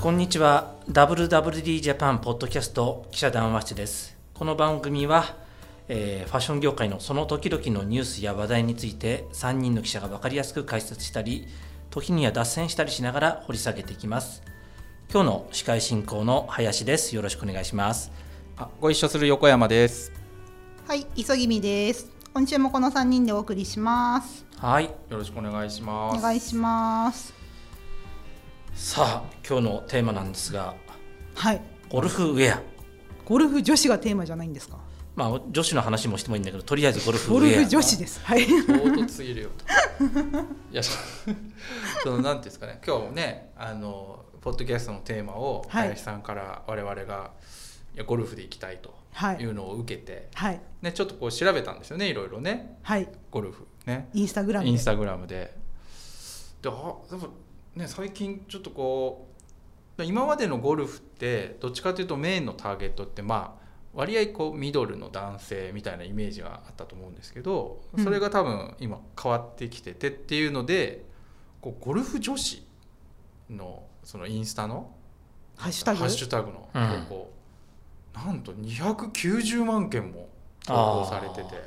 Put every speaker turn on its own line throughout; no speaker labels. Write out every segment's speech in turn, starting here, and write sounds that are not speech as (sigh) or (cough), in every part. こんにちは WWD ジャパンポッドキャスト記者談話室ですこの番組は、えーファッション業界のその時々のニュースや話題について3人の記者が分かりやすく解説したり時には脱線したりしながら掘り下げていきます今日の司会進行の林ですよろしくお願いします
あご一緒する横山です。
はい、急ぎみです。今週もこの三人でお送りします。
はい
よろしくお願いしま
お
す。
願いします。
さあ今日のテーマなんですが
はい、
ゴルフウェア
ゴルフ女子がテーマじゃないんですか。
まあ女子の話もしてもいいんだけどとりあえずゴルフウ
ゴ
ェア
ルフ女子です。はい。
唐突すぎるよと。いや、そそのなんていうんですかね、今日ね、あのポッドキャストのテーマを
はい
林さんから我々がいやゴルフで行きたいと
はい
いうのを受けて、
はい。
ねちょっとこう調べたんですよね、いろいろね、
はい。
ゴルフね、
インスタグラムで。
インスタグラムで。で、あ、でもね最近ちょっとこう今までのゴルフってどっちかというとメインのターゲットってまあ割合こうミドルの男性みたいなイメージがあったと思うんですけど
うん
それが多分今変わってきててっていうのでこうゴルフ女子のそのインスタの
ハッシュ
ハ
タグ。
ッシュタグの投稿、なんと290万件も投稿されてて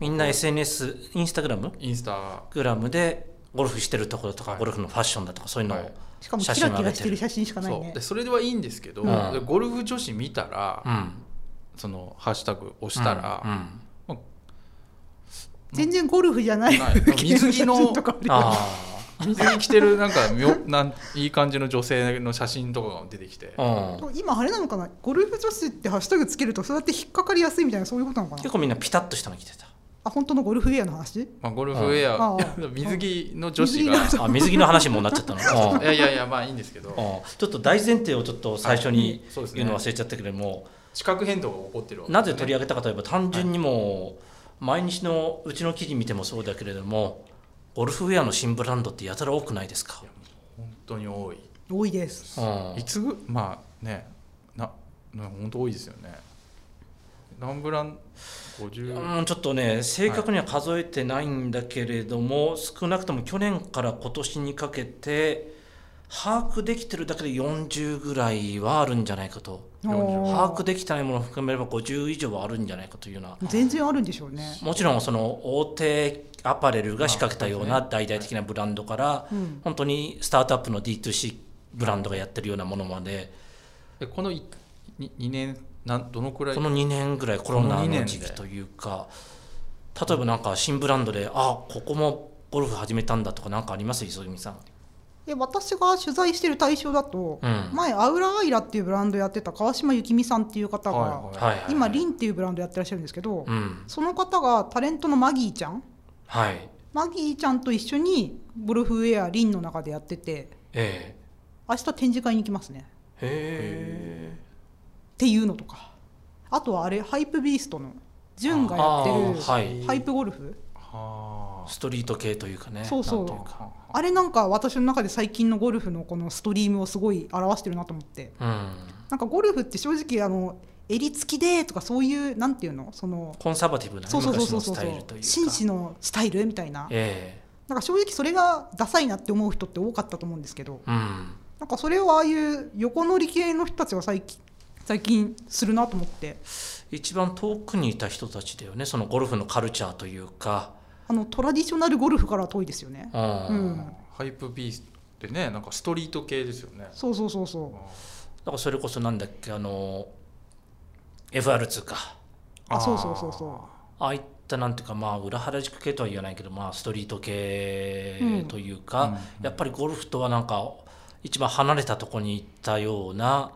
みんな SNS インスタグラム
インスタ
グラムでゴルフしてるところとか、
はい
ゴルフのファッションだとかそういうのを、
はい
しかもキラキラしてる写真しかない
そう
ね
で。それではいいんですけど、
うん
でゴルフ女子見たら、
うん、
そのハッシュタグ押したら、
うんうん
全然ゴルフじゃない。
ない水着の
写 (laughs) 真とかあるよ
あ
水着着てるなんかみょ (laughs) なんいい感じの女性の写真とかが出てきて、
あ、うん、
今あれなのかな。ゴルフ女子ってハッシュタグつけるとそうやって引っかかりやすいみたいなそういうことなのか
結
な。
構みんなピタッとしたの着てた
あ、本当のゴルフウェアの話？
まあ、ゴルフウェア、
う
(laughs)
ん
水着の女子が
水着
あ水着の話もなっちゃったの
(laughs)
うん
いやいやいやまあいいんですけど、
うんちょっと大前提をちょっと最初に
はいそうですね
言うの忘れちゃったけれども、
視覚変動が起こってるわけ
なぜ取り上
げ
げたかといえば単純にもう毎日のうちの記事見てもそうだけれどもゴルフウェアの新ブランドってやたら多くないですか、
本当に多い、
多いです。
うん
いつぐまあねなな本当多いですよね何ブラン50、
うん、ちょっとね正確には数えてないんだけれども、少なくとも去年から今年にかけて把握できてるだけで40ぐらいはあるんじゃないかと
40
あー
把握できてないものを含めれば50以上はあるんじゃないかというような
全然あるんでしょうね。
もちろんその大手アパレルが仕掛けたような大々的なブランドから
うん
本当にスタートアップの D2C ブランドがやってるようなものまで
えこのいに2年なんどのくらい
この2年ぐらいコロナの時期というか例えばなんか新ブランドであここもゴルフ始めたんだとかなんかあります磯組さん。
で私が取材してる対象だと、
うん
前アウラアイラっていうブランドやってた川島幸美さんっていう方が、
はい
はいはい、
今リンっていうブランドやってらっしゃるんですけど、
うん
その方がタレントのマギーちゃん
はい
マギーちゃんと一緒にゴルフウェアリンの中でやってて
え
明日展示会に行きますね
えへ
っていうのとかあとはあれハイプビーストのジュンがやってる、
あーはい
ハイプゴルフ
はあ
ストリート系というかね
そうそう
なんていか
あれなんか私の中で最近のゴルフのこのストリームをすごい表してるなと思って
うん
なんかゴルフって正直あの襟付きでとかそういうなんていうのその
コンサバティブなね
そうそうそう
昔
そう
の
そ
ス
う
タイルというか
紳士のスタイルみたいな
え
なんか正直それがダサいなって思う人って多かったと思うんですけど
えうん
なんかそれをああいう横乗り系の人たちが最近最近するなと思って
一番遠くにいた人たちだよねそのゴルフのカルチャーというか、
あのトラディショナルゴルフからは遠いですよね
うん
うん
ハイプビースってねなんかストリート系ですよね
そうそうそうそう
だからそれこそなんだっけあの FR2 か
あそうそうそうそ
ああいったなんていうかまあ裏原宿系とは言わないけどまあストリート系というか、
うんうん
やっぱりゴルフとはなんか一番離れたところに行ったような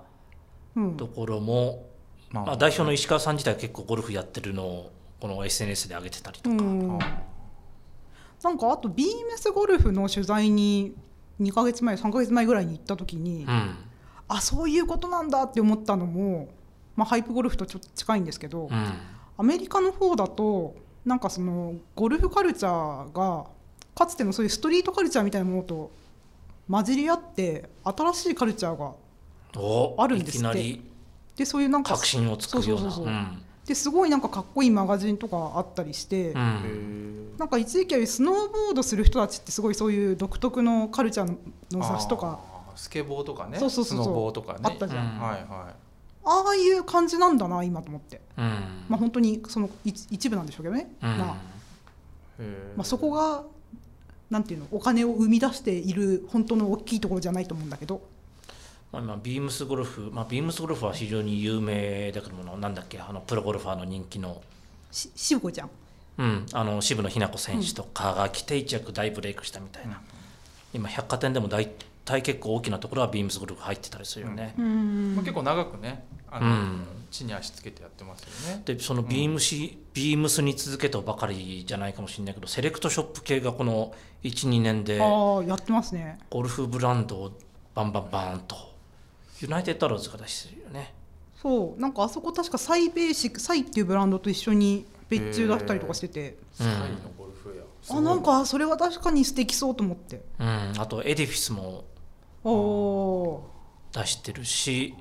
う、うん
と、ころも、
うま
まあ、代表の石川さん自体は結構ゴルフやってるのをこの SNS で上げてたりと
う
か、
ん、なんかあとビームスゴルフの取材に2ヶ月前3ヶ月前ぐらいに行った時に、
うん
あそういうことなんだって思ったのも、まあ、ハイプゴルフとちょっと近いんですけど、
うん
アメリカの方だとなんかそのゴルフカルチャーがかつてのそういうストリートカルチャーみたいなものと混じり合って新しいカルチャーが
お
あるんですって
いきなり
でそういうなんか
確信を作るような
そうそうそうそううんですごいなんかかっこいいマガジンとかあったりして、
うん
なんか一時期はスノーボードする人たちってすごいそういう独特のカルチャーの雑誌とか
スケボーとかね
そうそうそうそう
スノボーとかね
あったじゃん、
うん
はいは
ああいう感じなんだな今と思って、
うん
まあ本当にその一一部なんでしょうけどね、
うん
まあ
いへー
まあ、そこがなんていうのお金を生み出している本当の大きいところじゃないと思うんだけど
まあ今ビームスゴルフ、まあ、ビームスゴルフは非常に有名だけどもなんだっけあのプロゴルファーの人気の,、
し渋子ちゃん
うん、あの渋野日向子選手とかが来て一躍大ブレイクしたみたいな、今百貨店でも大体結構大きなところはビームスゴルフ入ってたりするよね、
まあ、結構長くねあの、
うん
地に足つけてやってますよね
でそのビームシ、ビームスに続けとばかりじゃないかもしれないけどセレクトショップ系がこの12年で
ああやってますね
ゴルフブランドをバンバンバーンとユナイテッドアローズが出してるよね
そうなんかあそこ確かサイベーシックサイっていうブランドと一緒に別注出したりとかしてて
スカイのゴルフウェアすご
あ
い
なんかそれは確かに素敵そうと思って
うんあとエディフィスも
おお
出してるし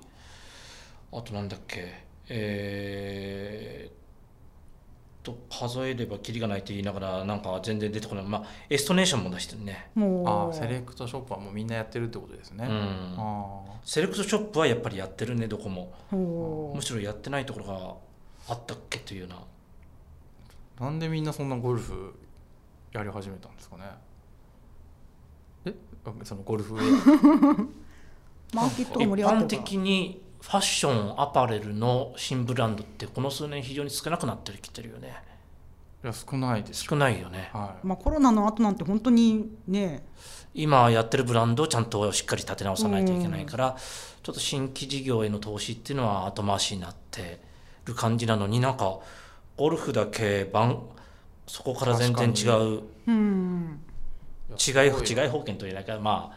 あとなんだっけえーっと数えればキリがないって言いながらなんか全然出てこないまあエストネーションも出してるね
も
あ
う
ーセレクトショップはもうみんなやってるってことですね、
う
あ
ん
あ
セレクトショップはやっぱりやってるねどこも
お
む
ー
しろやってないところがあったっけというような
なんでみんなそんなゴルフやり始めたんですかねえあそのゴルフウェ
マーケットが
一
盛り上が
般
ってるから
的にファッションアパレルの新ブランドってこの数年非常に少なくなってきてるよね
アいや少ないです
少ないよね
はい、
まあ、コロナの後なんて本当にね
今やってるブランドをちゃんとしっかり立て直さないといけないから、ちょっと新規事業への投資っていうのは後回しになってる感じなのになんかゴルフだけ番そこから全然違う
うん
違い
やすご
違い保険というだけはま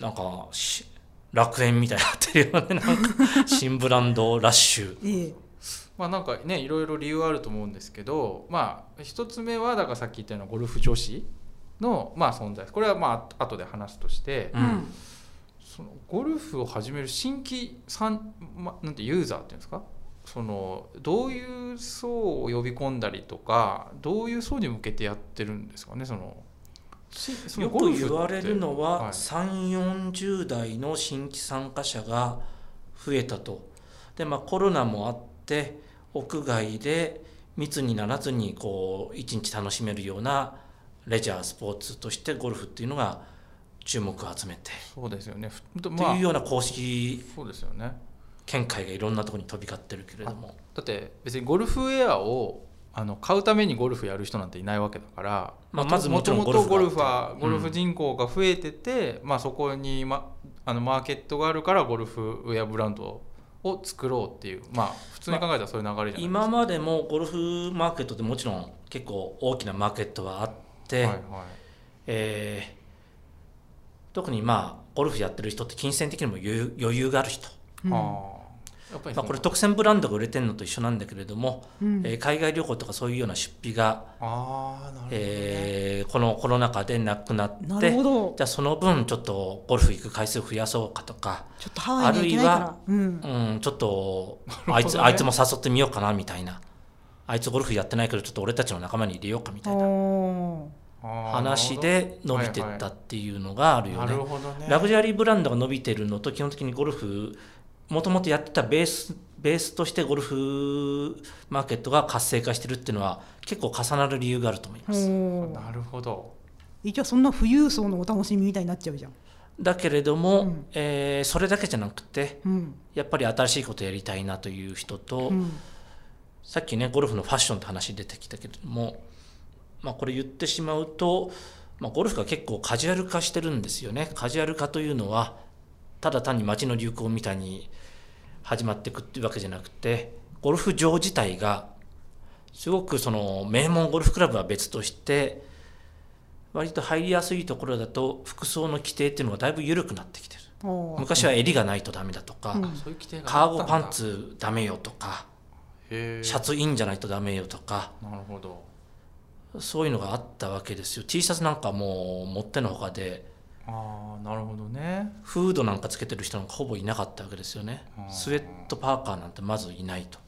あなんかし楽園みたいになってるよねなんか新ブランドラッシュ
ええ
まあなんかねいろいろ理由はあると思うんですけどまあ一つ目はだからさっき言ったようなゴルフ女子のまあ存在これはまあ後で話すとして、
うん
そのゴルフを始める新規さん、ま、なんてユーザーっていうんですかそのどういう層を呼び込んだりとかどういう層に向けてやってるんですかねそのしその
よ
ゴル
く
フって
言われるのは、
はい
3 4 0代の新規参加者が増えたとで、まあ、コロナもあって屋外で密にならずにこう一日楽しめるようなレジャースポーツとしてゴルフっていうのが注目を集めて、
そうですよねふ
と
まあ
いうような公式
そうですよね
見解がいろんなところに飛び交ってるけれども、
だって別にゴルフウェアをあの買うためにゴルフやる人なんていないわけだから、
まあ
と
まずもちろん
ともと
ゴ
ゴ
ル
ル
フ
フ
が
ァーゴルフ人口が増えてて、まあ、そこに、ま、あのマーケットがあるからゴルフウェアブランドを作ろうっていうまあ普通に考えたらそういう流れじゃないですか、
今までもゴルフマーケットってもちろん結構大きなマーケットはあって、
はいは
えー特にまあゴルフやってる人って金銭的にも余裕余裕がある人、
う
い、
ん
ああやっぱり
まあ、これ特選ブランドが売れてるのと一緒なんだけれども、
うん
えー海外旅行とかそういうような出費が、
ああなるほど、
えーこのコロナ禍でなくなって
なるほど
じゃあその分ちょっとゴルフ行く回数増やそうかとか、
ちょっとハワイには行けないからうん
うん、ちょっと
ほどね
あいつあいつも誘ってみようかなみたいなあいつゴルフやってないけどちょっと俺たちの仲間に入れようかみたいな
おー
ああ
話で伸びてったっていうのがあるよね。
なるほどね
ラグジュアリーブランドが伸びてるのと基本的にゴルフもともとやってたベースベースとしてゴルフマーケットが活性化してるっていうのは結構重なる理由があると思います、
おー
なるほど
一応そんな富裕層のお楽しみみたいになっちゃうじゃん、
だけれども、
うん
えーそれだけじゃなくて
うん
やっぱり新しいことやりたいなという人と、
うん、
さっきねゴルフのファッションって話出てきたけれども、まあ、これ言ってしまうと、まあ、ゴルフが結構カジュアル化してるんですよねカジュアル化というのはただ単に街の流行みたいに始まっていくっていうわけじゃなくてゴルフ場自体がすごくその名門ゴルフクラブは別として割と入りやすいところだと服装の規定っていうのがだいぶ緩くなってきてる
おー
昔は襟がないとダメだとか、
うん
そういう規定が
カー
あっ
ゴ
たんだ
パンツダメよとか
へえ
シャツインじゃないとダメよとか
なるほど
そういうのがあったわけですよ T シャツなんかもう持ってのほかで
ああなるほどね
フードなんかつけてる人なんかほぼいなかったわけですよね
うん
スウェットパーカーなんてまずいないと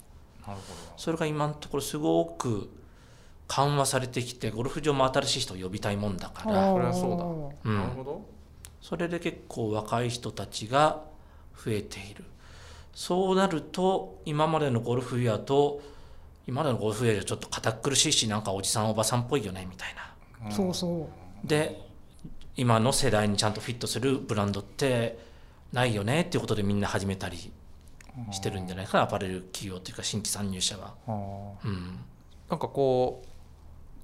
なるほ
それが今のところすごく緩和されてきてゴルフ場も新しい人を呼びたいもんだか
あ
ら
ー
これはそうだ
う
ど、
ん
なるほど
それで結構若い人たちが増えているそうなると今までのゴルフウェアと今までのゴルフウェアじゃちょっと堅苦しいしなんかおじさんおばさんっぽいよねみたいな
うん
そうそう
で今の世代にちゃんとフィットするブランドってないよねっていうことでみんな始めたりしてるんじゃないかなアパレル企業というか新規参入者は。
あー
うん
なんかこ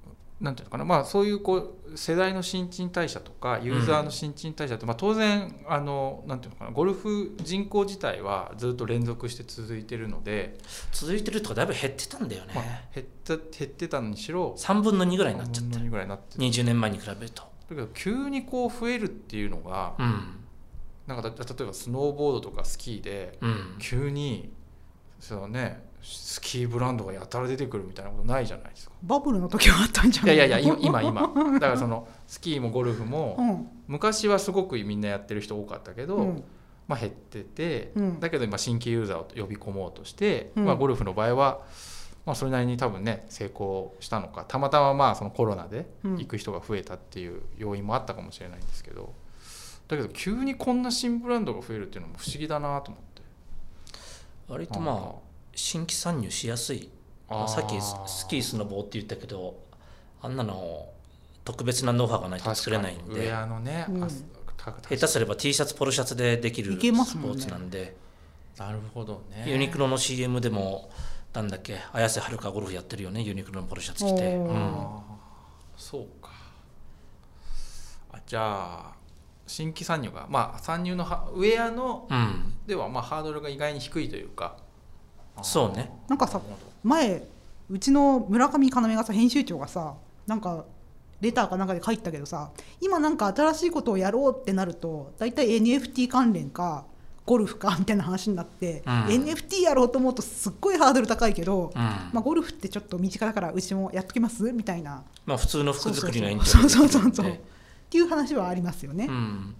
うなんていうのかなまあそういうこう世代の新陳代謝とかユーザーの新陳代謝って、まあ、当然あのなんていうのかなゴルフ人口自体はずっと連続して続いてるので、
続いてるとかだいぶ減ってたんだよね、
まあ、減った減ってたのにしろ
3分の2ぐらいになっちゃって
3分の
る
二ぐらいになってだ
20年前に比べると
けど急にこう増えるっていうのが、
うん
なんかだ例えばスノーボードとかスキーで
うん
急にそのねスキーブランドがやたら出てくるみたいなことないじゃないですか。
バブルの時はあったんじゃ
い
な
や
い
いやいや今今今だからそ
(laughs)
のスキーもゴルフも、
うん
昔はすごくみんなやってる人多かったけど、
うん
まあ、減ってて、
うん
だけど今新規ユーザーを呼び込もうとして、
うん
まあ、ゴルフの場合は、まあ、それなりに多分ね成功したのかたまたままあそのコロナで
うん
行く人が増えたっていう要因もあったかもしれないんですけどだけど急にこんな新ブランドが増えるっていうのも不思議だなと思って。
割とまあ新規参入しやすい
あー
さっきススキースノボーって言ったけどあんなの特別なノウハウがないと作れないん
確かにウ
で
ェアのね、
うん
あすた
下手すれば T シャツポロシャツでできる
い
スポ
けますもん
ー
ね
ツなんで、
なるほどね
ユニクロの CM でもなんだっけ綾瀬はるかゴルフやってるよねユニクロのポロシャツ着て、
おー
うん
あーそうかあじゃあ新規参入がまあ参入のはウェアの
うん、
ではまあハードルが意外に低いというかあー
そうね
なんかさ
なるほど
前うちの村上要がさ編集長がさなんかレターかなんかで書いてたけどさ今なんか新しいことをやろうってなると大体 NFT 関連かゴルフかみたいな話になって、
うん
NFT やろうと思うとすっごいハードル高いけど、
うん
まあ、ゴルフってちょっと身近だからうちもやっときますみたいな
まあ普通の服作りの延長
そうそ
でで
う
き
そ
るん
う
で
そうっていう話はありますよね。
うん、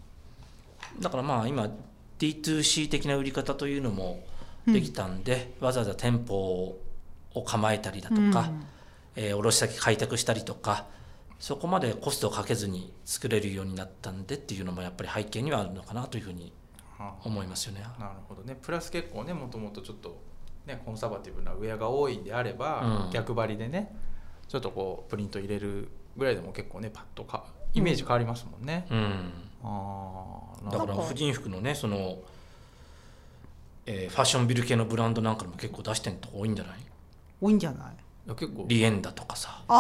だからまあ今 D2C 的な売り方というのもできたんで、わざわざ店舗を構えたりだとか、えー卸先開拓したりとかそこまでコストをかけずに作れるようになったんでっていうのもやっぱり背景にはあるのかなというふうに
あ
思いますよね。
ーなるほどねプラス結構ねもともとちょっとねコンサバティブなウェアが多いんであれば、
うん
逆張りでねちょっとこうプリント入れるぐらいでも結構ねパッとかイメージ変わりますもんね、
うん、
ああな
だ
る
か
ほど
ら婦人服のねその、えーファッションビル系のブランドなんかでも結構出してるとこ多いんじゃない
多いんじゃない
いや結構
リエンダとかさ。
あ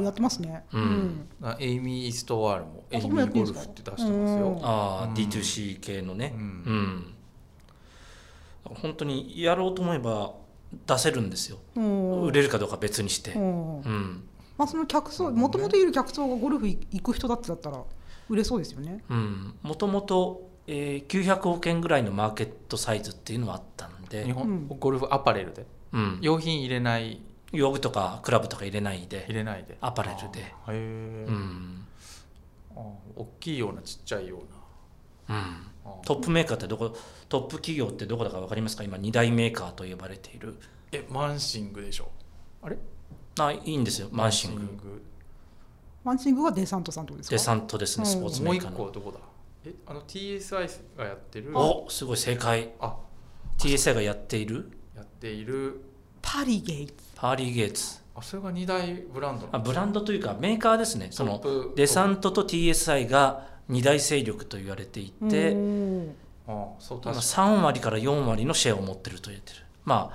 ーやってますね。
うん
なエイミー・イーストワールもエ
あ
イ
そ
ミ
こもや
ー・
って
ゴ
ん
ル
す
フ
か
って出してます
う
よ
ん。
ああ、
うん
D2C 系のね、
う
うんんだから本当にやろうと思えば出せるんですよ、
うん
売れるかどうか別にして、
う
うん
んまあ、その客層
なるほどね
もともといる客層がゴルフ行く人だってだったら売れそうですよね。
うんもともと、えー900億円ぐらいのマーケットサイズっていうのはあったん
日
で、
本、
うん
ゴルフアパレルで
うん、
用品入れない
用具とかクラブとか入れない
入
で
れないで
アパレルで
あーへえ、
うん
あー大きいようなちっちゃいよう
うん
なあー
トップメーカーってどこトップ企業ってどこだか分かりますか今2大メーカーと呼ばれている
えマンシングでしょあれ
あいいんですよマンシング
マンシングはデサントさんってことですか
デサントですね
うん
スポーツメ
もう
ー
一
カー
個
の
はどこだえあの TSI がやってる
おすごい正解
あ
TSI がやっている
やっている
パリゲイツ
パーリー・ゲイツ
あそれが二大ブランドな
あ
の
ブランドというかメーカーですねその
トップ
デサントと TSI が二大勢力と言われていて、
うん
あーそう
まあ
確か
3割から4割のシェアを持ってると言ってるま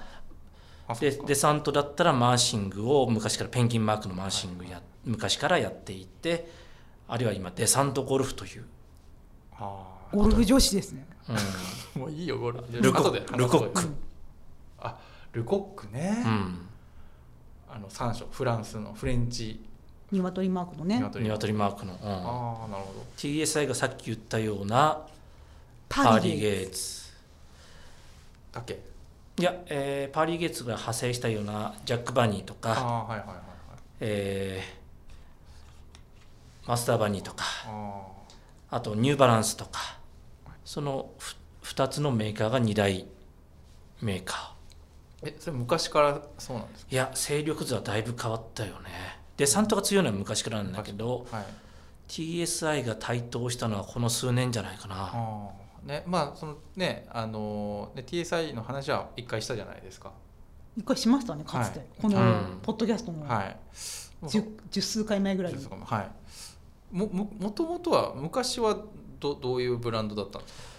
あ
あそ
で
っか
デサントだったらマーシングを昔からペンギンマークのマーシングや昔からやっていてあるいは今デサントゴルフという、
あー
ゴルフ女子ですね。
うん
(laughs) もういいよ、ゴルフ。
ルコ
後で話
ルコ
そうよ
ック
あ、ルコックね。
うん
あの三章、フランスのフレンチ
ニワトリマークのね
鶏。
鶏マークの、うん
ああ、なるほど。
TSI がさっき言ったようなパ
パ
ーリ
リ
ー・
ゲイ
ゲイツ
だけ。
いや、えーパーリー・ゲイツが派生したようなジャック・バニーと
あ
か、
あー、はいはいはいはい。
えーマスター・バニーとか
あ
あとニューバランスとかそのふ2つのメーカーが2大メーカ
あ。え、それ昔からそうなんです
ーいや勢力図はだいぶ変わったよねでサントが強いのは昔からなんだけど
か。はい。
TSI が台頭したのはこの数年じゃないかな
あーねまあそのねあのね TSI の話は一回したじゃないですか、
一回しましたねかつて、
はい
この
うん
ポッドキャストの
はい
十、十数回前ぐらいに
はいもももともとは昔はどどういうブランドだったんですか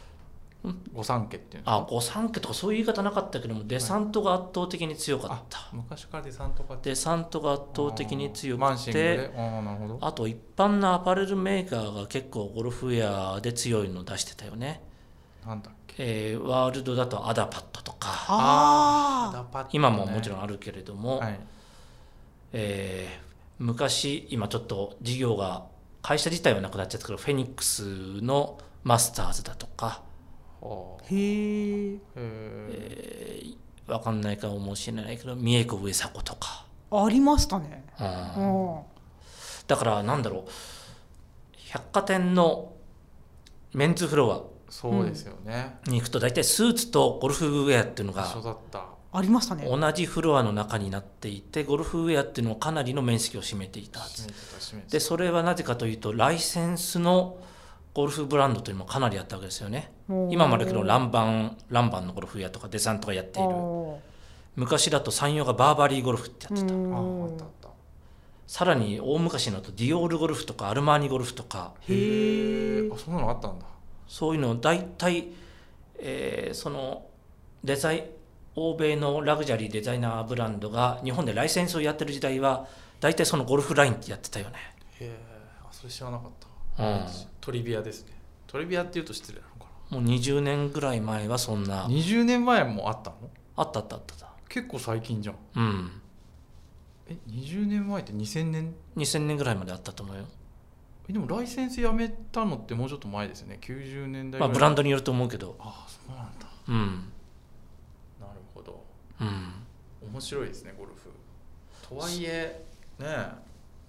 ん
御三家っていうの
あ御三家とかそういう言い方なかったけどもデサントが圧倒的に強かった、
昔からデサント買って
デサントが圧倒的に強
マン
く
シングで
て
あーなるほど
あと一般のアパレルメーカーが結構ゴルフウェアで強いの出してたよね、
なんだっけ
えーワールドだとアダパッドとか
ああ
ダパッドね
今ももちろんあるけれども、
はい
えー昔今ちょっと事業が会社自体はなくなっちゃったけどフェニックスのマスターズだとか、
はあ
へえ
へえ
えーわかんないかもしれないけど三重子上迫とか、
ありましたね
うん
うん
だからなんだろう百貨店のメンズフロ
そうですよね、
アに行くと大体スーツとゴルフウェアっていうのが
一緒だった
ありましたね
同じフロアの中になっていてゴルフウェアっていうのはかなりの面積を占めていたはず
閉めてた閉めてた
でそれはなぜかというとライセンスのゴルフブランドというのもかなりあったわけですよね今もあるけどランバンランバンのゴルフやとかデサントがやっている昔だと山陽がバーバリーゴルフってやってた、
ああったあった
さらに大昔のとディオールゴルフとかアルマーニゴルフとか
へえあそんなのあったんだ
そういうのを大体、えーそのデザイン欧米のラグジュアリーデザイナーブランドが日本でライセンスをやってる時代は大体そのゴルフラインってやってたよね
へえあそれ知らなかった
うん
トリビアですねトリビアっていうと失礼なのか
もう20年ぐらい前はそんな
な20年前もあったの
あったあったあったあっ
結構最近じゃん
たうん
え20年前って2000年
2000年ぐらいまであったと思うよ、
えでもライセンスやめたのってもうちょっと前ですよね90年
ま
代ぐら
あ、
い、
ブランドによると思うけど
ああそうなんだ
うん
なるほど
うん
面白いですねゴルフとはいえねえ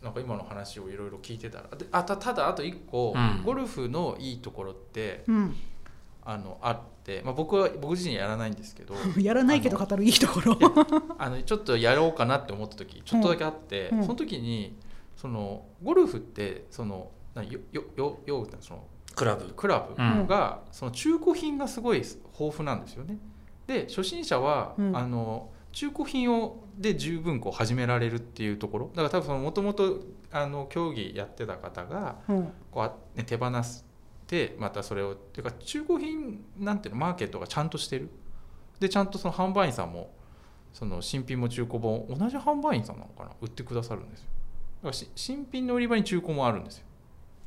なんか今の話をいろいろ聞いてたらであたただあと1個、
うん
ゴルフのいいところって
うん、
あのあって、まあ、僕は僕自身やらないんですけど
(laughs) やらないけど語るいいところ
いやあのちょっとやろうかなって思った時ちょっとだけあって、
うんうん
その時にそのゴルフってそのなよよよようその
クラブ
クラブが、その中古品がすごい豊富なんですよね。で初心者は、
うん
あの中古品をで十分こう始められるっていうところだから多分もともと競技やってた方が
うん
こうあ、ね、手放してまたそれをっていうか中古品なんていうのマーケットがちゃんとしてるでちゃんとその販売員さんもその新品も中古も同じ販売員さんなのかな売ってくださるんですよだからし新品の売り場に中古もあるんですよ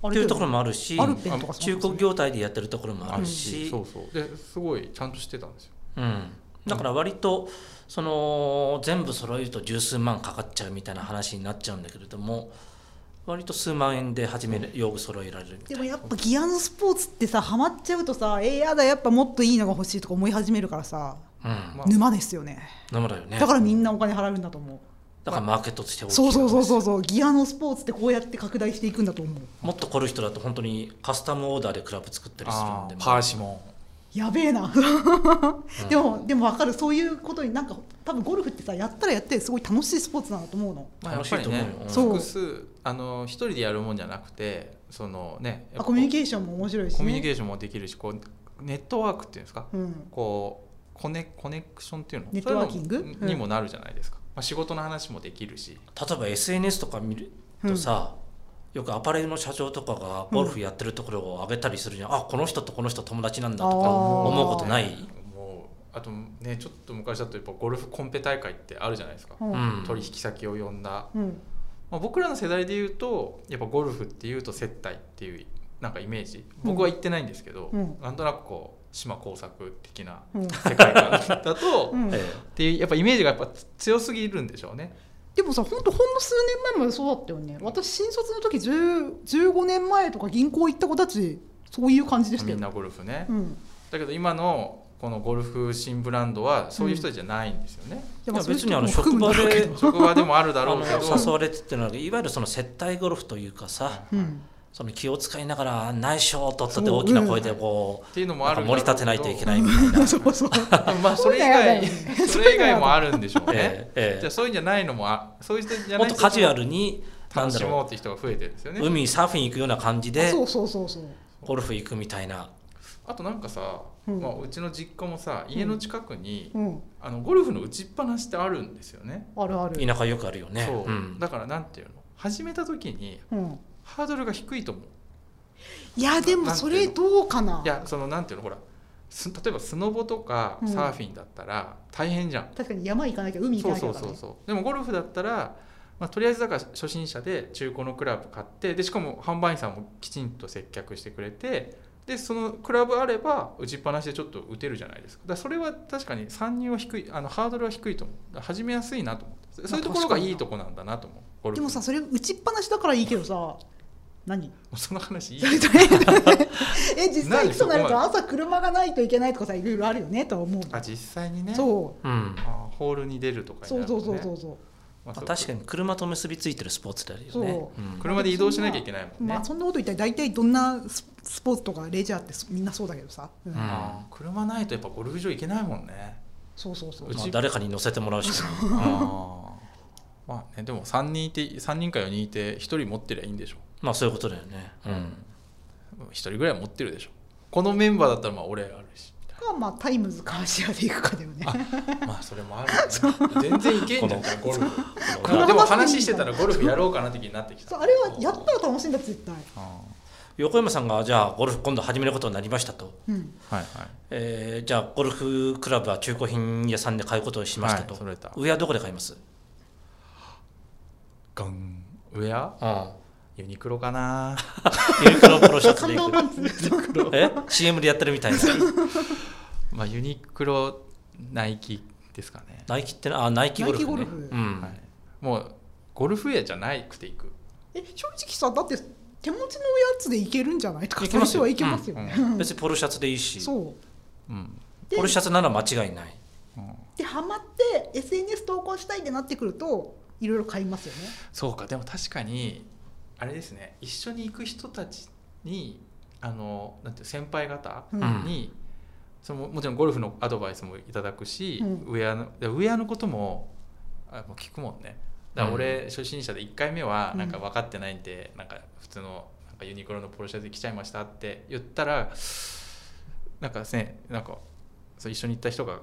あ
っていうところ
も
もあるし
アルペンとか
中古業態でやってるところもある
うん
し、
そうそうですごいちゃんとしてたんですよ
うん、だから割とその全部揃えると十数万かかっちゃうみたいな話になっちゃうんだけれども割と数万円で始める用具揃えられるみた
で
い
もやっぱギアのスポーツってさハマっちゃうとさえー、やだやっぱもっといいのが欲しいとか思い始めるからさ
な、うん
まあ
沼ですよね
生だよね
だからみんなお金払うんだと思う、
だからマーケットとして大きい
そうそうそうそうそうギアのスポーツってこうやって拡大していくんだと思う
もっと来る人だと本当にカスタムオーダーでクラブ作ったりするんで
パーシモ
やべえなでもでも分かるそういうことになんか多分ゴルフってさやったらやってすごい楽しいスポーツなんだと思うの
ン、まあ、や
楽
っ
し
ぱ
い
り
と思う
ね
ようん
そう
複数あの一人でやるもんじゃなくてそのねやっ
あ
ぱ
コミュニケーションも面白いし、ね、
コミュニケーションもできるしこうネットワークっていうんですか
うん、
こうコネコネクションっていうの
ネットワーキング
そういうの
うん
にもなるじゃないですか、まあ、仕事の話もできるし
例えば SNS とか見るとさ、よくアパレルの社長とかがゴルフやってるところを上げたりするじゃん、あこの人とこの人友達なんだとか
あー
思うことない、
もうあとねちょっと昔だとやっぱゴルフコンペ大会ってあるじゃないですか、
うん
うん
取引先を呼んだ、
うん
まあ、僕らの世代で言うとやっぱゴルフっていうと接待っていうなんかイメージ僕は行ってないんですけど、
うん
なんとなくこう島工作的な
うん
世界観だと、
う
っ
(laughs)
ん、
え
ていうやっぱイメージがやっぱ強すぎるんでしょうね。
でもさほんとほんの数年前までそうだったよね私新卒の時10 15年前とか銀行行った子たちそういう感じでした
み
よ
んなゴルフね、
うん
だけど今のこのゴルフ新ブランドはそういう人じゃないんですよね、
いやま
いや別に
そういう人も
あの
含むんだろうけど
職
職場でもあるだ
あ
ろ
の
うけど
誘われてっていうのはいわゆるその接待ゴルフというかさ
(laughs)
うん
その気を使いながら「ナイスショット」って大きな声でこ
っていうの
う、
も
な
あ
ん
る
か
ん
盛り立てないといけないみたいな。
そうそう
いまあそれ以外
(laughs)
それ以外もあるんでしょうね、
ええええ
じゃあそういうんじゃないのもあそういう人じゃ
も
な
っ
い
とカジュア
ル
ルになん
楽
だ
し
ろ
もうって人が増えてるんですよ
う
ね
海にサーフィン行くような感じ
あ
で
そうそうそうそう
ゴルフ行くみたいな
あとなんかさ、
うん
まあ、うちの実家もさ家の近くに、
うん
あのゴルフの打ちっぱなしってあるんですよね
あるある
田舎よくあるよね
そう、
ん、
だからなんていうの始めた時に
うん
ハードルが低いと思う
いやでも
なんて
そ
いうの
れどうかない
やそのなんていうのほらす例えばスノボとか
うん
サーフィンだったら大変じゃん、
確かに山行かなきゃ海行
そ
か
う
なき
そ
ゃ
う
だ
そう
ね
そうでもゴルフだったら、まあ、とりあえずだから初心者で中古のクラブ買ってでしかも販売員さんもきちんと接客してくれてでそのクラブあれば打ちっぱなしでちょっと打てるじゃないですかだからそれは確かに参入は低いあのハードルは低いと思うだから始めやすいなと思ってそそういうところがいいとこなんだなと思うゴルフ
でもさそれ打ちっぱなしだからいいけどさ
(laughs)
何
もうその話いい
(laughs) それえ実際行くとなると
な
朝車がないといけないとかさいろいろあるよねとは思う
あ実際にね
そ
うん
あホールに出ると
う
かに
そ
な
う
る
そ
と
う
ね
そうそうそう
まあ
まあ、
そう
確かに車と結びついてるスポーツだよね
そうん
車で移動しなきゃいけないもんね、
まあそんなこと言ったら大体どんなススポーツとかレジャーってみんなそうだけどさ、うん
うん
あー車ないとやっぱゴルフ場行けないもんね
そうそうそう
うち
まあ、誰かに乗せてもらうしかない
あーまあねでも3人いて三人か4人いて1人持ってりゃいいんでしょ
まあそういうことだよね、うん、
1人ぐらい持ってるでしょこのメンバーだったらまあ俺あるしみ
かまあタイムズかシェアで行くかだよね
あたいなまあそれもある
(laughs)
よね全然いけんじゃん
こ
ゴルフ
こ
の
でも話してたらゴルフやろうかなって気になってき
そ
た
うあれはやったら楽しいんだ絶対
あ
横山さんがじゃあゴルフ今度始めることになりましたと、
うん
ーはいはい
えーじゃあゴルフクラブは中古品屋さんで買うことをしましたと、
はいそれだ
上はどこで買います、
ガンウェア
うん、
ユニクロかな (laughs)
ユニクロポロシャツ
感
で
動
行
パ
く
ンツ
え CM でやってるみたいな
まあユニクロナイキですかね、
ナイキってなあナイキゴルフ、ね、
ナイキゴルフ
うん
はい、もうゴルフウェアじゃないくていく
え正直さだって手持ちのやつでいけるんじゃないとか
いけ
最
ます
初
よ
はいけますよね、
う
別にポロシャツでいいし
そ
う
う
ん
で
ポロシャツなら間違いない
うん
でハマって SNS 投稿したいってなってくるといろいろ買いますよね
そうかでも確かにあれですね一緒に行く人たちにあのなんていう先輩方
うん
に、そのもちろんゴルフのアドバイスもいただくし、
うん
ウェアのでウェアのこともあもう聞くもんねだから俺、
う
初心者で1回目は
うん
なんか分かってないんで、なんか普通のなんかユニクロのポロシャツ着ちゃいましたって言ったらなんかねなんかそう一緒に行った人が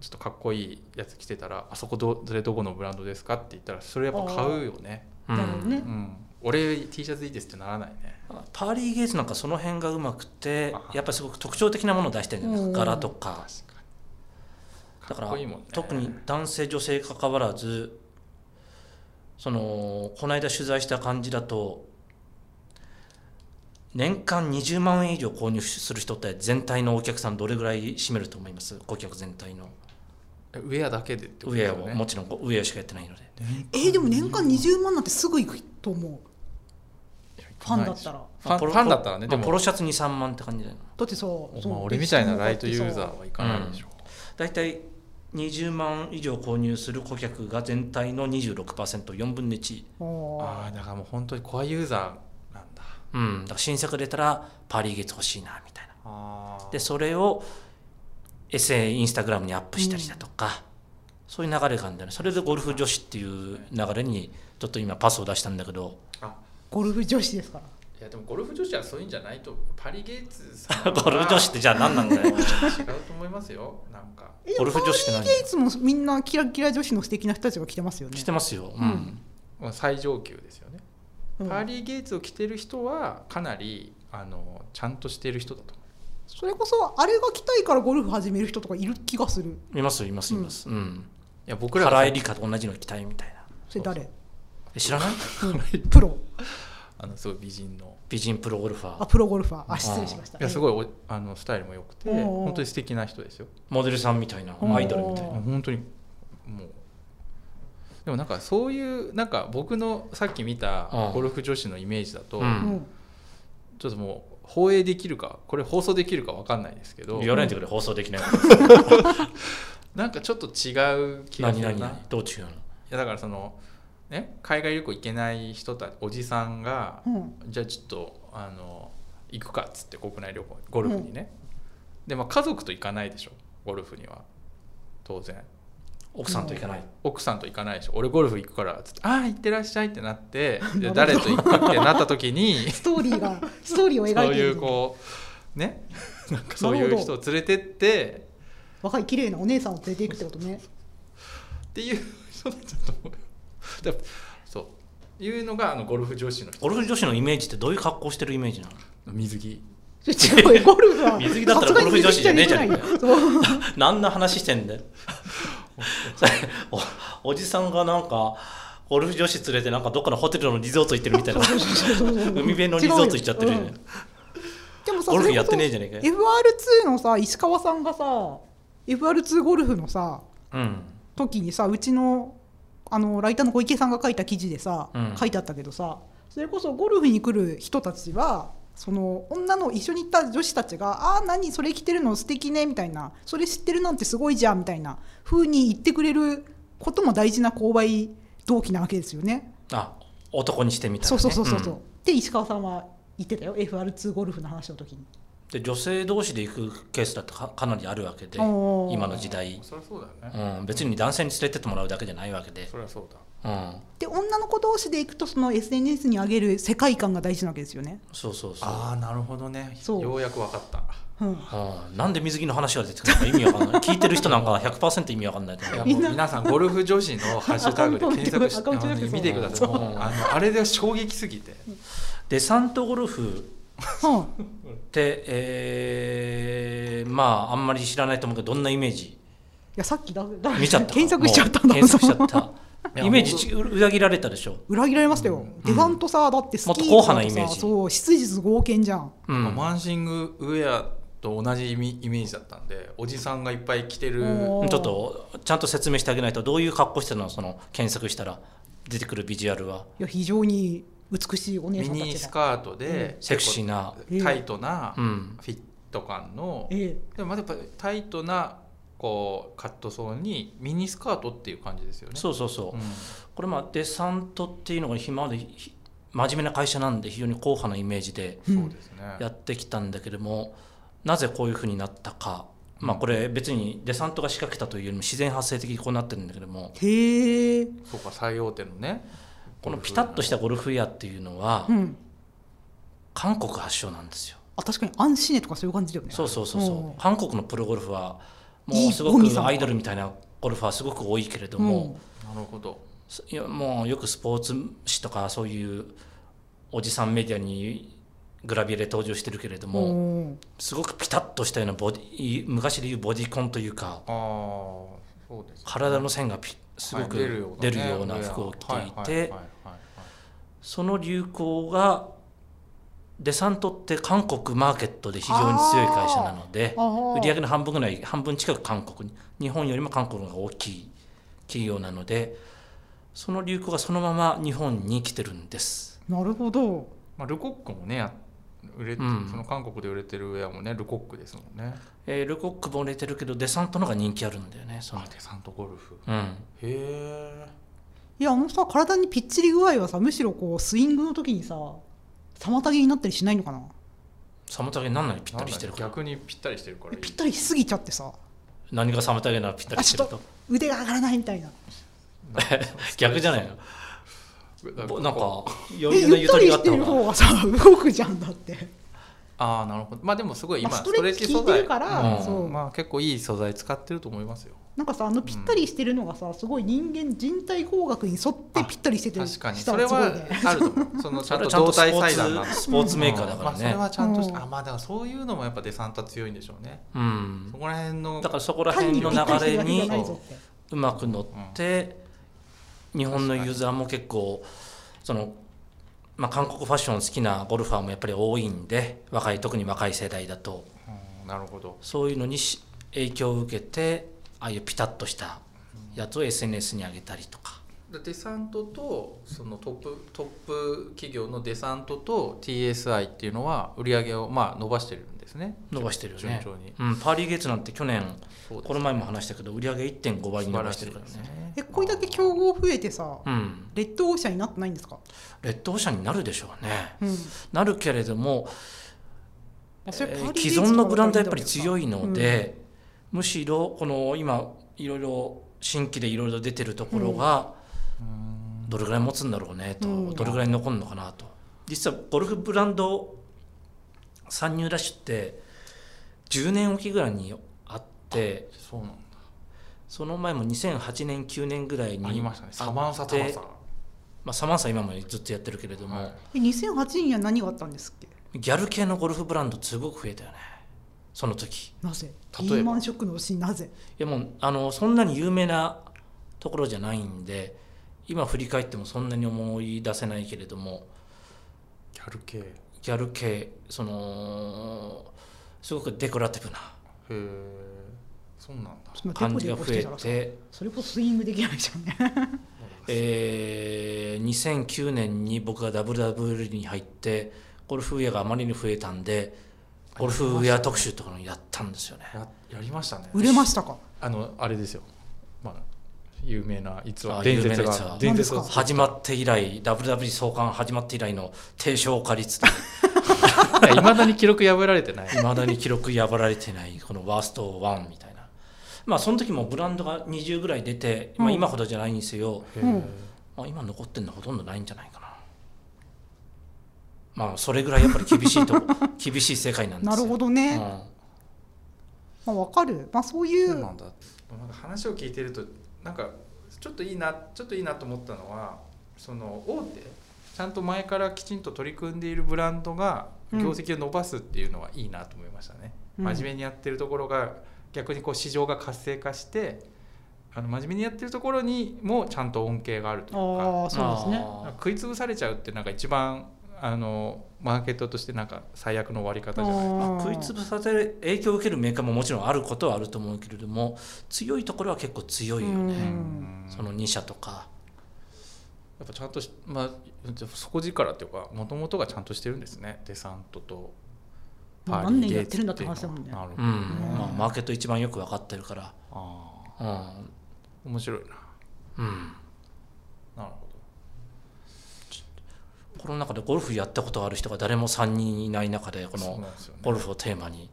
ちょっとかっこいいやつ着てたら「あそこどそれどこのブランドですか?」って言ったらそれやっぱ買うよね、
うん
だろうね
うん、俺 T シャツいいですってならないね
パーリーゲーズなんかその辺がうまくて
あ
やっぱりすごく特徴的なものを出してるんじゃないですか
うん
柄とか
か
だか
からっこいいもんね
特に男性女性かかわらずそのこの間取材した感じだと年間20万円以上購入する人って全体のお客さんどれぐらい占めると思います顧客全体の
えウェアだけでって
ウ
ことだ
ェ
よ
アを
ね
もちろんウェアしかやってないので
えーでも年間20万なんてすぐ行くと思うファンだったら
ファン
ポロ
ファンだったらね
まあ
でも
ポロシャツ23万って感じだよな
だってさ、
お
そう
前俺みたいなライトユーザーはいかないでしょ、
大体20万以上購入する顧客が全体の 26%4 分の1、
あ
あ
あだからもう本当にコアユーザーなんだ
うん、だから新作出たらパリーゲーツ欲しいなみたいな
あー
でそれを SA インスタグラムにアップしたりだとか、そういう流れがあるんだよねそれでゴルフ女子っていう流れにちょっと今パスを出したんだけど (laughs)
あ
ゴルフ女子ですから
いやでもゴルフ女子はそういうんじゃないとパリゲイツさん
(laughs)
は
ゴルフ女子ってじゃあ何なんだよ
違うと思いますよなんか
え
ゴルフ女子って何
パーリーゲイツもみんなキラキラ女子の素敵な人たちが来てますよね
してますよ、うん
うん
まあ最上級ですよね、
うん
パーリー・ゲイツを着てる人はかなりあのちゃんとしてる人だと思
それこそあれが来たいからゴルフ始める人とかいる気がする
いますいますいます、うん
ういや僕ら
原井理香と同じの着たいみたいな
それ誰
え知らない
プロ
(laughs) あのすごい美人の
美人プロゴルファ
あ
ー
プロゴルファーあ失礼しました
いやすごいおあのスタイルも良くて
おー
本当に素敵な人ですよ
モデルさんみたいなアイドルみたいな
おー
本当にもうでもなんかそういうなんか僕のさっき見た
うん
ゴルフ女子のイメージだと、
うん
うん
ちょっともう放映できるかこれ放送できるかわかんないですけど
言わないでくれ放送できない
なんかちょっと違う気がす
何
るな
何何どう違うの
いやだからその、ね、海外旅行行けない人たちおじさんが、
うん
じゃあちょっとあの行くかっつって国内旅行ゴルフにね、でまあ家族と行かないでしょゴルフには当然
奥さんと行かない、
奥さんと行かないでしょ俺ゴルフ行くからっつってああ行ってらっしゃいってな (laughs) って
なる
で
ほど
誰と行くってなった時に (laughs)
ストーリ
(laughs)
ーがストーリーを
そう
描いて
い
る
うこうね (laughs) なんかそうい
なる
う
ほ
人
ど
を連れてって
若い綺麗なお姉さんを連れていくってことね
っていう人だったと思うよ (laughs) だからそういうのがあのゴルフ女子の人
ゴルフ女子のイメージってどういう格好してるイメージなの
水着
ちょ違うよゴルフは
水着だったらゴルフ女子じゃねえじゃねえかよ
さすがに水着じゃね
(laughs)
えじゃないよそう
何の話してんだよそれ (laughs) おおじさんがなんかゴルフ女子連れてなんかどっかのホテルのリゾート行ってるみたいな海辺のリゾート行っちゃってる
違
よ
うよ
ね
うんでもさ
ゴルフやってねえじゃねえかよ
FR2 のさ石川さんがさ FR2 ゴルフのさ
うん
時にさうちのあのライターの小池さんが書いた記事でさ、
うん
書いてあったけどさそれこそゴルフに来る人たちはその女の一緒に行った女子たちが「あー何それ着てるの素敵ね」みたいな「それ知ってるなんてすごいじゃん」みたいな風に言ってくれることも大事な購買動機なわけですよね。
あ男にしてみたい
そ
な、
う
ね、
そうそうそうそう、
ん
で石川さんは言ってたよ FR2 ゴルフの話の時に。
で女性同士で行くケースだってかかなりあるわけで
おー
今の時代、
そりゃそうだよね、
うん、別に男性に連れてってもらうだけじゃないわけで
そ、りゃそうだ
うん、
で女の子同士で行くとその SNS に上げる世界観が大事なわけですよね。
そうそうそう
ああなるほどね
そう
ようやく分かった
うん
うんなんで水着の話が出てくるのか意味わかんない聞いてる人なんか100%意味わかんないと
い
思
や
う
も
み
うん
な
皆さんゴルフ女子のハッシュタグで検索
ア
し
カ
て
ウ
あ
ント
の
見て
ね見てくださ
そ
いうもうあのあれで衝撃すぎて
デサントゴルフ
は
って、えーまああんまり知らないと思うけどどんなイメージ
いやさっきだだ
見ちゃった
検索しちゃったんだ
もう検索しちゃっ
い
た
や
イメージち裏切られたでしょ、
(laughs) 裏切られましたよ、デファントさだってスキーとかさ
もっと硬派なイメージ
そう質実剛健じゃん
う
まあ
ん、
マンシングウェアと同じイメイメージだったんでおじさんがいっぱい着てる
おー
ちょっとちゃんと説明してあげないとどういう格好してたのその検索したら出てくるビジュアルはい
や非常に美しいお姉
ミ
さんた
ニ
ち
ス
が
カートで
セクシーな、
結構タイトな
う
フ
ん、
ィット感の
え
でもまだやっぱりタイトなこうカットソーにミニスカートっていう感じですよね。
そうそうそう、
うん
これまあデサントっていうのが今までひ真面目な会社なんで非常に硬派なイメージで
え、うん
そうですね。
やってきたんだけどもなぜこういうふうになったか、まあ、これ別にデサントが仕掛けたというよりも自然発生的にこうなってるんだけども
へえ、
そうか最大手のね。
このピタッとしたゴルフウェアっていうのは
うん、
韓国発祥なんですよ。
あ確かにアンシネとかそういう感じだよね
そうそうそう
うん
そう韓国のプロゴルフはも
いうい
すご
ゴミさ
く
ん
アイドルみたいなゴルファーすごく多いけれども、
うん
なるほど。
すいやもうよくスポーツ誌とかそういうおじさんメディアにグラビアで登場してるけれども、
うん
すごくピタッとしたようなボディ昔でいうボディコンというか
ああそうですね、
体の線がピすご
は
く
い
出るよ
ね
うな服を着てい
はいはい
て
はいはい
その流行がデサントって韓国マーケットで非常に強い会社なので
あー
売り上げの半分ぐらい半分近く韓国に日本よりも韓国の方が大きい企業なのでその流行がそのまま日本に来てるんです。
なるほど
まあルコックもねや売れて、
うん
その韓国で売れてるウェアもねルコックですもんね。
えールコックも売れてるけどデサントの方が人気あるんだよねその
あデサントゴルフ。
うん
へえ。
いやあのさ体にぴっちり具合はさむしろこうスイングの時にさ妨げになったりしないのかな
妨げになんないぴったりしてる
な
か
んだ
ら
逆にぴったりしてるからいい。
ぴったりしすぎちゃってさ
何が妨げならぴったりしてる
あちょ
と
腕が上がらないみたいな
(laughs) 逆じゃないの
なんか
ぼなんか余
え
裕の
ゆ
ゆ
った
とり
り
があっ
し
てた
る
方が
方がさ動くじゃんだって、
ああなるほどまあでもすごい今
まあ、ストレッチ効いてるか
材
ら、
うん
そう
まあ結構いい素材使ってると思いますよ
なんかさあのぴったりしてるのがさ、すごい人間人体工学に沿ってぴったりしてて
確かに
した
そ
ら
れ
すごい
は
ね
あると思うそのちゃ
そ
ん
れは
と
ちゃん
胴
とス
体
ポー
裁断なんで
ツスポーツメーカーだから
まあ、それ
ね
はちゃんとし
うん
あまあだからそういうのもやっぱデサントは強いんでしょうね
うん
そこら辺の
だからそこら
単
辺
にぴ
の
ったりして
流
る
れ
わけじゃ
に
ないぞって
うまく乗って日本のユーザーも結構そのまあ韓国ファッション好きなゴルファーもやっぱり多いんで若い特に若い世代だと
うんなるほど
そういうのにし影響を受けてああいうピタッとしたやつを SNS に上げたりとか
デサントとそのトップトップ企業のデサントと TSI っていうのは売り上げをまあ伸ばしてるんですね
伸ばしてるよね
順調に、
うん、パーリーゲーツなんて去年
そうです
この前も話したけど売り上げ1.5倍に伸ばしてるから
素晴らしい
ね
ですね
えこれだけ競合増えてさ
うん
レッドオーシャンになってないんですか、
レッドオーシャンになるでしょうね
うん
なるけれども、
あそれ
えー
パーリー
既
ゲイツとか
存のブランドはや
だ
っ
った
ぱ
らい
り
いんだろう
強いので、むしろこの今いろいろ新規でいろいろ出てるところがどれぐらい持つんだろうねと、
うん
どれぐらい残るのかなと実はゴルフブランド参入ラッシュって10年おきぐらいにあって
そうなんだ
その前も2008年9年ぐらいに
ありましたね
あって
サマンサタマサ
まあ、サマンサ今もずっとやってるけれども、
はい
え2008年には何があったんですっけ
ギャル系のゴルフブランドすごく増えたよねその時
なぜ
例
リ
えば
ーマンショックの推しなぜ
いやもうあのそんなに有名なところじゃないんで今振り返ってもそんなに思い出せないけれども
ギャル系へ
ギャル系そのすごくデコラティブな
えそうなんだ
そのデ
感
コ
じ
デ
が
コ
増
して
え
たらさ
て、
それこそスイングできないじゃんね
えー2009年に僕が WW に入ってゴルフウェアがあまりに増えたんでゴルフウェア特集とかのやったんですよね
ややりましたね
売れましたか
あのあれですよまあ有名な逸話
あ
伝説
有名な逸話
が伝説を
何です
始まって以来 WW 創刊始まって以来の低消化率
いまだに記録破られてない
いまだに記録破られてないこのワースト1みたいなまあその時もブランドが20ぐらい出て、まあ、
うん
今ほどじゃないにせよ、
へ
うん
ー
まあ、今残ってるのほとんどないんじゃないかなまあそれぐらいやっぱり厳しい
(laughs)
と厳しい世界なんです
な
よ
るほ
ど
どね、まあ、わかる、まあ、そうい
そう
う
なんだなんか話を聞いてるとなんかちょっといいなちょっといいなと思ったのはその大手ちゃんと前からきちんと取り組んでいるブランドが
うん
業績を伸ばすっていうのはいいなと思いましたね、
うん
真面目にやってるところが逆にこう市場が活性化してあの真面目にやってるところにもちゃんと恩恵があるというか
ああそうで
な
すね
んか食い潰されちゃうってなんか一番あのマーケットとしてなんか最悪の終わり方じゃない
まあ、
あー
食いつぶされる影響を受けるメーカーももちろんあることはあると思うけれども強いところは結構強いよ
う
ね、
ん
その2社とか
やっぱちゃんとし、まあ、底力っていうかもともとがちゃんとしてるんですねデサントと
もう
パーリ
何
ー
年
ゲ
や
イ
っ
ツ
て
い
る
うんの
だって話だもんね
なるほ
う
ど
ん、
うん
まあ、マーケット一番よく分かってるから
ああ
う
面白いなん
うん
なるほ
この中でゴルフやったことある人が誰も3人いない中でこ
どそう
の
なんですよね
ゴルフをテーマに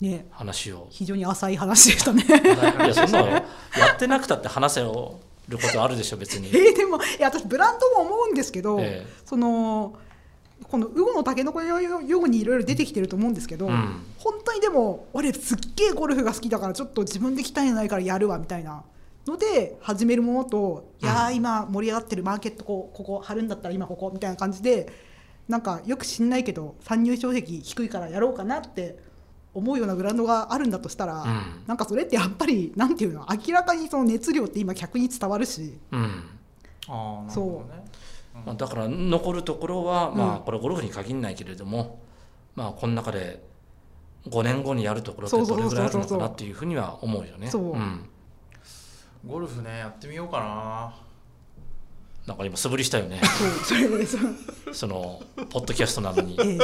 ね
話を
非常に浅い話でしたね
いやそん
(laughs)
なのやってなくたって話せることあるでしょ別に、
えーでもいや私ブランドも思うんですけど、
ええ
そのこの「ウゴのタケノコ」のようにいろいろ出てきてると思うんですけど、
うん
本当にでも俺すっげえゴルフが好きだからちょっと自分で鍛えないからやるわみたいなので始めるものと、いやー今盛り上がってるマーケットこここ張るんだったら今ここみたいな感じでなんかよく知んないけど参入障壁低いからやろうかなって思うようなブランドがあるんだとしたら、
うん
なんかそれってやっぱりなんていうの明らかにその熱量って今客に伝わるし。
うん
ああなるほどね
まあ、だから残るところは、まあ
うん
これゴルフに限らないけれどもまあこの中で5年後にやるところって
そうそ
ど
うそ
れ
う
ぐ
そう
らいあるのかなっていうふうには思うよね、
そうん
ゴルフねやってみようかな
なんか今素振りしたよ
(laughs)
ね
そうそれでそう
そのポッドキャストなのに
ええ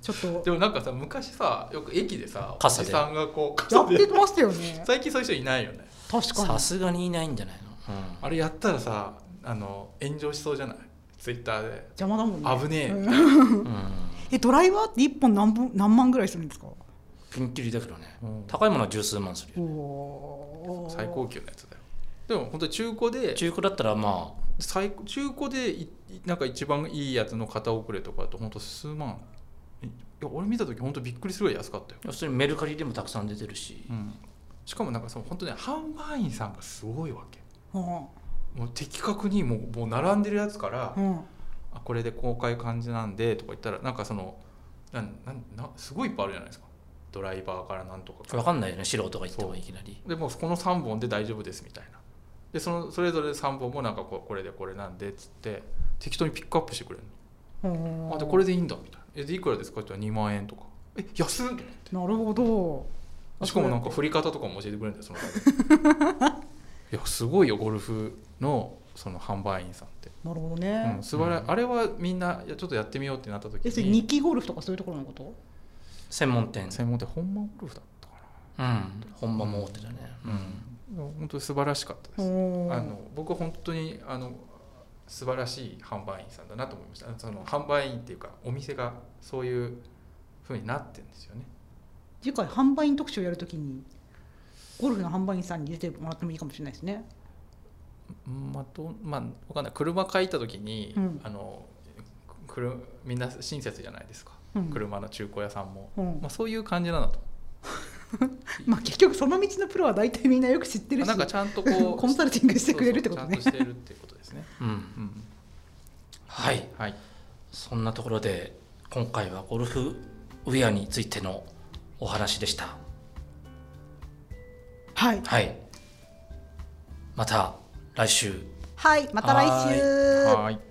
ちょっと
でもなんかさ昔さよく駅でさお
傘
じ
で
さんがこう
や
傘
っ
で
てましたよね
最近そういう人いないよね
確か
さ
に
すがにいないんじゃないの、うん
あれやったらさあの炎上しそうじゃないツイッターで
邪魔だもんね
危ねえ
うん (laughs)
うん
えドライバーって1本何本何万ぐらいするんですか
ピンキリだけどね、
うん
高いものは十数万するよ
おー
最高級のやつだよでも本当に中古で
中古だったらまあ
最中古でいなんか一番いいやつの型遅れとかだと本当数万いや俺見た時本当びっくりするぐらい安かったよ、
要するにメルカリでもたくさん出てるし、
しかもなんかその本当ね販売員さんがすごいわけ
うん
もう的確にもうもう並んでるやつから、
うん
あこれでこういう感じなんでとか言ったらなんかそのなんなんなすごいいっぱいあるじゃないですかドライバーからなんとかから
分かんないよね素人が言ってもいきなり
でもうこの3本で大丈夫ですみたいなでそのそれぞれ3本もなんかこうこれでこれなんでっつって適当にピックアップしてくれるの
うん
あでこれでいいんだみたいなえでいくらですかって言ったら2万円とかえ安っと思って
なるほど
しかもなんか振り方とかも教えてくれるんだ (laughs) よその場でいやすごいよゴルフのその販売員さんって、
なるほど
う
ね
ん、素晴らい、
う
あれはみんないやちょっとやってみようってなった時
えそれ
に
日記ゴルフとかそういうところのこと
専門店
専門店本間ゴルフだったか
うん本場も大手だね
な、うん、本当に素晴らしかったです
おー
あの僕は本当にあの素晴らしい販売員さんだなと思いましたあのその販売員っていうかお店がそういうふうになってるんですよね
次回販売員特集をやるときにゴルフの販売員さんに出てもらってもいいかもしれないですね。
うんまあどうまあわかんない車借りた時に、
うん
あのくるみんな親切じゃないですか、
うん
車の中古屋さんも、
うん
まあ、そういう感じなんだと
まあ結局その道のプロは大体みんなよく知ってる
あ
し
なんかちゃんとこう
(laughs) コンサルティングしてくれるってことね
そうそうちゃんとしてるってことですね、
うん
うん、
はい
はい
そんなところで今回はゴルフウェアについてのお話でした
はい
はいまた来週
はいまた来週
はーい